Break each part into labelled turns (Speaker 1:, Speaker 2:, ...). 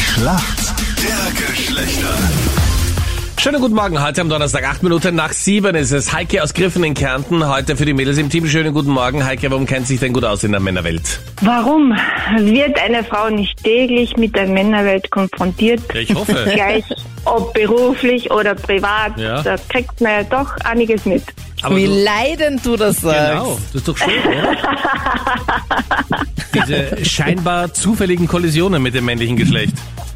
Speaker 1: Schlacht der Geschlechter.
Speaker 2: Schönen guten Morgen. Heute am Donnerstag, acht Minuten nach sieben ist es. Heike aus Griffen in Kärnten, heute für die Mädels im Team. Schönen guten Morgen. Heike, warum kennt sich denn gut aus in der Männerwelt?
Speaker 3: Warum wird eine Frau nicht täglich mit der Männerwelt konfrontiert?
Speaker 2: Ich hoffe.
Speaker 3: Gleich ob beruflich oder privat,
Speaker 2: Ja.
Speaker 3: da kriegt man ja doch einiges mit.
Speaker 2: Aber
Speaker 4: Wie
Speaker 2: du,
Speaker 4: leidend du das sagst.
Speaker 2: genau, das ist doch schön, oder? Diese scheinbar zufälligen Kollisionen mit dem männlichen Geschlecht.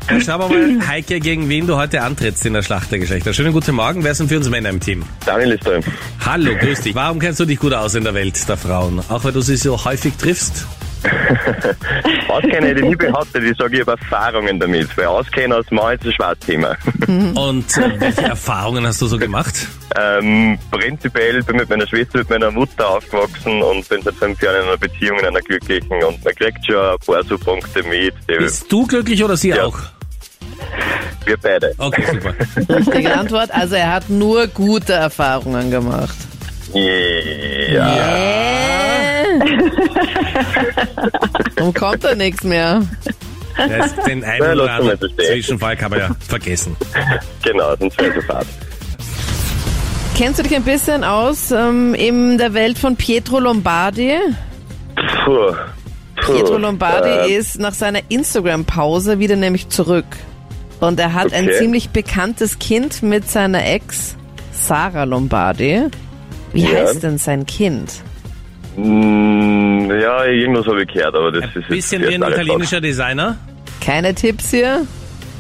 Speaker 2: Dann schauen wir mal, Heike, gegen wen du heute antrittst in der Schlacht der Geschlechter. Schönen guten Morgen. Wer sind für uns Männer im Team?
Speaker 5: Daniel ist da.
Speaker 2: Hallo, grüß dich. Warum kennst du dich gut aus in der Welt der Frauen? Auch weil du sie so häufig triffst?
Speaker 5: Auskennen hätte ich nie behauptet, ich sage, ich habe Erfahrungen damit. Weil Auskennen aus Mann ist ein Schwarzthema.
Speaker 2: Und äh, welche Erfahrungen hast du so gemacht?
Speaker 5: ähm, prinzipiell bin mit meiner Schwester, mit meiner Mutter aufgewachsen und bin seit fünf Jahren in einer Beziehung in einer glücklichen und man kriegt schon ein paar so Punkte mit, die,
Speaker 2: Bist du glücklich oder sie
Speaker 5: Ja.
Speaker 2: auch?
Speaker 5: wir beide.
Speaker 2: Okay, super.
Speaker 4: Richtige Antwort. Also er hat nur gute Erfahrungen gemacht.
Speaker 5: Ja. Äh.
Speaker 4: Und kommt da nichts mehr.
Speaker 2: Ja, ist Den
Speaker 5: Na,
Speaker 2: einen
Speaker 5: lass
Speaker 2: oder
Speaker 5: doch mal
Speaker 2: anderen
Speaker 5: so stehen.
Speaker 2: Zwischenfall kann man ja vergessen.
Speaker 5: Genau, sonst wäre es fad.
Speaker 4: Kennst du dich ein bisschen aus ähm, in der Welt von Pietro Lombardi?
Speaker 5: Puh. Puh.
Speaker 4: Pietro Lombardi
Speaker 5: Ähm,
Speaker 4: ist nach seiner Instagram-Pause wieder nämlich zurück. Und er hat ein
Speaker 5: Okay.
Speaker 4: ziemlich bekanntes Kind mit seiner Ex, Sarah Lombardi. Wie
Speaker 5: Ja.
Speaker 4: heißt denn sein Kind?
Speaker 5: mh, Ähm,
Speaker 4: eh-
Speaker 5: ja, irgendwas habe ich gehört, aber das ist jetzt-
Speaker 2: Bisschen
Speaker 5: jetzt
Speaker 2: wie ein
Speaker 5: alles fad.
Speaker 2: italienischer Designer.
Speaker 4: Keine Tipps hier.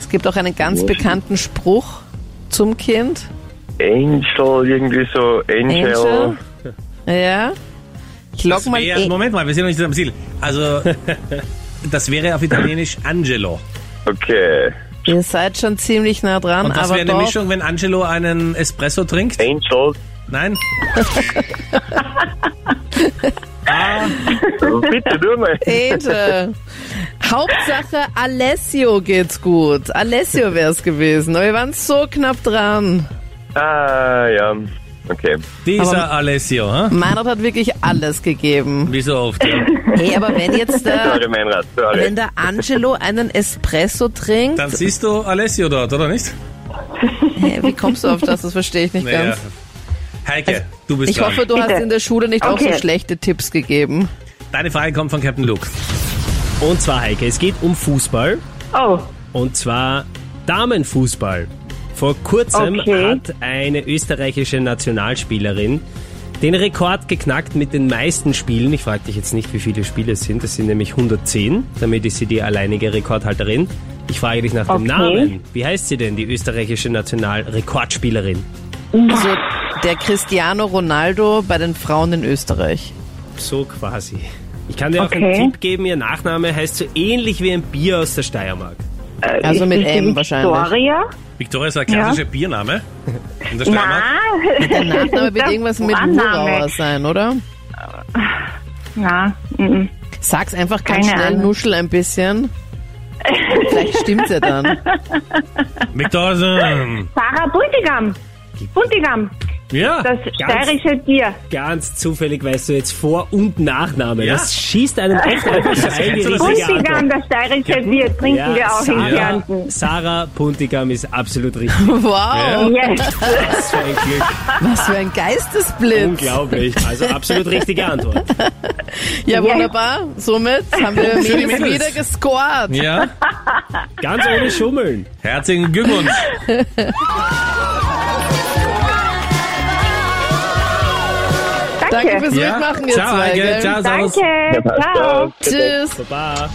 Speaker 4: Es gibt auch einen ganz bekannten Spruch zum Kind.
Speaker 5: Angel, irgendwie so Angel.
Speaker 4: Angel? Ja. Ich log mal
Speaker 2: Wäre,
Speaker 4: eh.
Speaker 2: Moment mal, wir sind noch nicht am Ziel. Also, das wäre auf Italienisch Angelo.
Speaker 5: Okay.
Speaker 4: Ihr seid schon ziemlich nah dran,
Speaker 2: Und das
Speaker 4: aber
Speaker 2: wäre eine
Speaker 4: doch.
Speaker 2: Mischung, wenn Angelo einen Espresso trinkt?
Speaker 5: Angel,
Speaker 2: Nein?
Speaker 5: bitte nur mal.
Speaker 4: Eh. Ete. Hauptsache Alessio geht's gut. Alessio wär's gewesen. Aber wir waren so knapp dran.
Speaker 5: Ah, ja. Okay.
Speaker 2: Dieser
Speaker 4: Aber-
Speaker 2: Alessio, hä?
Speaker 4: Meinrad hat wirklich alles gegeben.
Speaker 2: Wie so oft, ja.
Speaker 4: Hey, aber wenn jetzt der,
Speaker 5: Sorry, Meinrad. Sorry.
Speaker 4: wenn der Angelo einen Espresso trinkt,
Speaker 2: Dann siehst du Alessio dort, oder nicht?
Speaker 4: hey, wie kommst du auf das? Das verstehe ich nicht
Speaker 2: Naja.
Speaker 4: ganz.
Speaker 2: Heike, du bist
Speaker 4: Also, Ich
Speaker 2: dran.
Speaker 4: hoffe, du hast
Speaker 3: Bitte.
Speaker 4: in der Schule nicht auch
Speaker 3: Okay.
Speaker 4: so schlechte Tipps gegeben.
Speaker 2: Deine Frage kommt von Captain Luke.
Speaker 6: Und zwar, Heike, es geht um Fußball.
Speaker 3: Oh,
Speaker 6: Und zwar Damenfußball. Vor kurzem
Speaker 3: Okay.
Speaker 6: hat eine österreichische Nationalspielerin den Rekord geknackt mit den meisten Spielen. Ich frage dich jetzt nicht, wie viele Spiele es sind. Es sind nämlich 110. Damit ist sie die alleinige Rekordhalterin. Ich frage dich nach
Speaker 3: Okay.
Speaker 6: dem Namen. Wie heißt sie denn, die österreichische Nationalrekordspielerin?
Speaker 4: Also der Cristiano Ronaldo bei den Frauen in Österreich.
Speaker 6: So quasi. Ich kann dir auch
Speaker 3: Okay.
Speaker 6: einen Tipp geben. Ihr Nachname heißt so ähnlich wie ein Bier aus der Steiermark.
Speaker 3: äh,
Speaker 4: Also
Speaker 3: ist
Speaker 4: mit
Speaker 3: das die
Speaker 4: M wahrscheinlich.
Speaker 3: Victoria?
Speaker 2: Victoria ist ein klassischer Biername. In der Steiermark.
Speaker 3: Ah,
Speaker 4: Der
Speaker 3: Nein.
Speaker 4: Nachname wird
Speaker 3: Das
Speaker 4: irgendwas mit
Speaker 3: Vorname.
Speaker 4: Murauer sein, oder?
Speaker 3: Nein. mhm.
Speaker 4: Sag's einfach ganz
Speaker 3: Keine
Speaker 4: schnell,
Speaker 3: Ahnung.
Speaker 4: nuschel ein bisschen. Vielleicht stimmt's ja dann.
Speaker 2: Victoria.
Speaker 3: Sarah Buntigam. Buntigam,
Speaker 6: Ja,
Speaker 3: das steirische Tier.
Speaker 6: Ganz zufällig weißt du jetzt Vor- und Nachname.
Speaker 2: Ja.
Speaker 6: Das schießt einem oft einfach so ein, die
Speaker 2: so das
Speaker 6: richtige
Speaker 3: Buntigam,
Speaker 6: Antwort.
Speaker 3: das steirische Tier, trinken wir auch in
Speaker 6: Sarah,
Speaker 3: Kärnten.
Speaker 6: Sarah Puntigam ist absolut richtig.
Speaker 4: Wow,
Speaker 3: Yes.
Speaker 6: Was für ein Glück.
Speaker 4: was für ein Geistesblitz.
Speaker 6: Unglaublich. Also absolut richtige Antwort.
Speaker 4: Ja, wunderbar. Somit haben
Speaker 2: Für
Speaker 4: wir
Speaker 2: die
Speaker 4: Mädels
Speaker 2: Mädels.
Speaker 4: wieder gescored.
Speaker 2: Ja,
Speaker 6: Ganz ohne Schummeln.
Speaker 2: herzlichen Glückwunsch.
Speaker 4: Danke
Speaker 3: Danke.
Speaker 4: fürs
Speaker 2: Ja.
Speaker 4: Mitmachen, ihr
Speaker 2: Ciao,
Speaker 4: zwei.
Speaker 2: Heike.
Speaker 4: gell?
Speaker 2: Ciao, servus.
Speaker 3: Danke. Ciao.
Speaker 4: Tschüss.
Speaker 6: Baba.